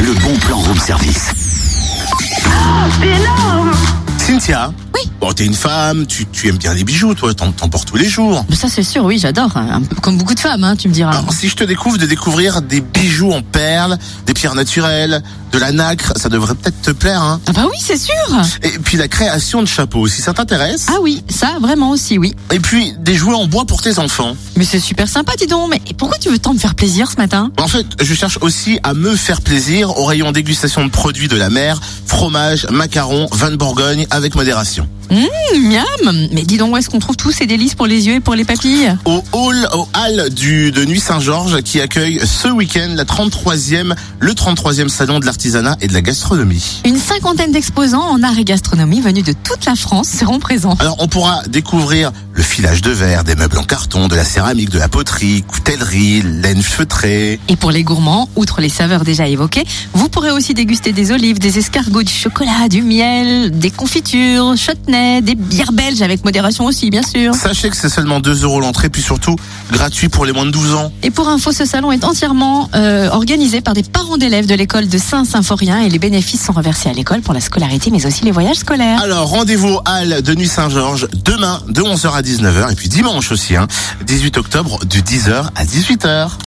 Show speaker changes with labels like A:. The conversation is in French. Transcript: A: le bon plan room service.
B: Oh, c'est énorme
A: Cynthia
C: Oui.
A: Bon, t'es une femme, tu, tu aimes bien les bijoux, toi, t'en t'en portes tous les jours.
C: Mais Ça, c'est sûr, oui, j'adore. Un peu Comme beaucoup de femmes, hein, tu
B: Ah.
C: me diras.
A: Alors, si je te découvre de découvrir des bijoux en perles, des pierres naturelles, de la nacre, ça devrait peut-être te plaire, hein.
C: Ah bah oui, c'est sûr
A: Et puis la création de chapeaux, si ça t'intéresse.
C: Ah oui, ça, vraiment aussi, oui.
B: Ah.
A: Et puis des jouets en bois pour tes enfants.
C: Mais c'est super sympa, dis donc. Mais pourquoi tu veux tant me faire plaisir ce matin
A: En fait, je cherche aussi à me faire plaisir au rayon dégustation de produits de la mer, fromage, macarons, vin de Bourgogne, avec modération.
C: Hum, miam Mais dis donc, où est-ce qu'on trouve tous ces délices pour les yeux et pour les papilles
A: Au hall, au hall du, de Nuit Saint-Georges qui accueille ce week-end la 33e, le 33e salon de l'artisanat et de la gastronomie.
C: Une cinquantaine d'exposants en art et gastronomie venus de toute la France seront présents.
A: Alors, on pourra découvrir le filage de verre, des meubles en carton, de la céramique, de la poterie, coutellerie, laine feutrée.
C: Et pour les gourmands, outre les saveurs déjà évoquées, vous pourrez aussi déguster des olives, des escargots, du chocolat, du miel, des confitures, chutney, des bières belges avec modération aussi, bien sûr.
A: Sachez que c'est seulement 2 euros l'entrée, puis surtout gratuit pour les moins de 12 ans.
C: Et pour info, ce salon est entièrement euh, organisé par des parents d'élèves de l'école de Saint-Symphorien et les bénéfices sont reversés à l'école pour la scolarité mais aussi les voyages scolaires.
A: Alors, rendez-vous au Hall de Nuit Saint-Georges demain de 11h à 19h et puis dimanche aussi, hein, 18 octobre de 10h à 18h.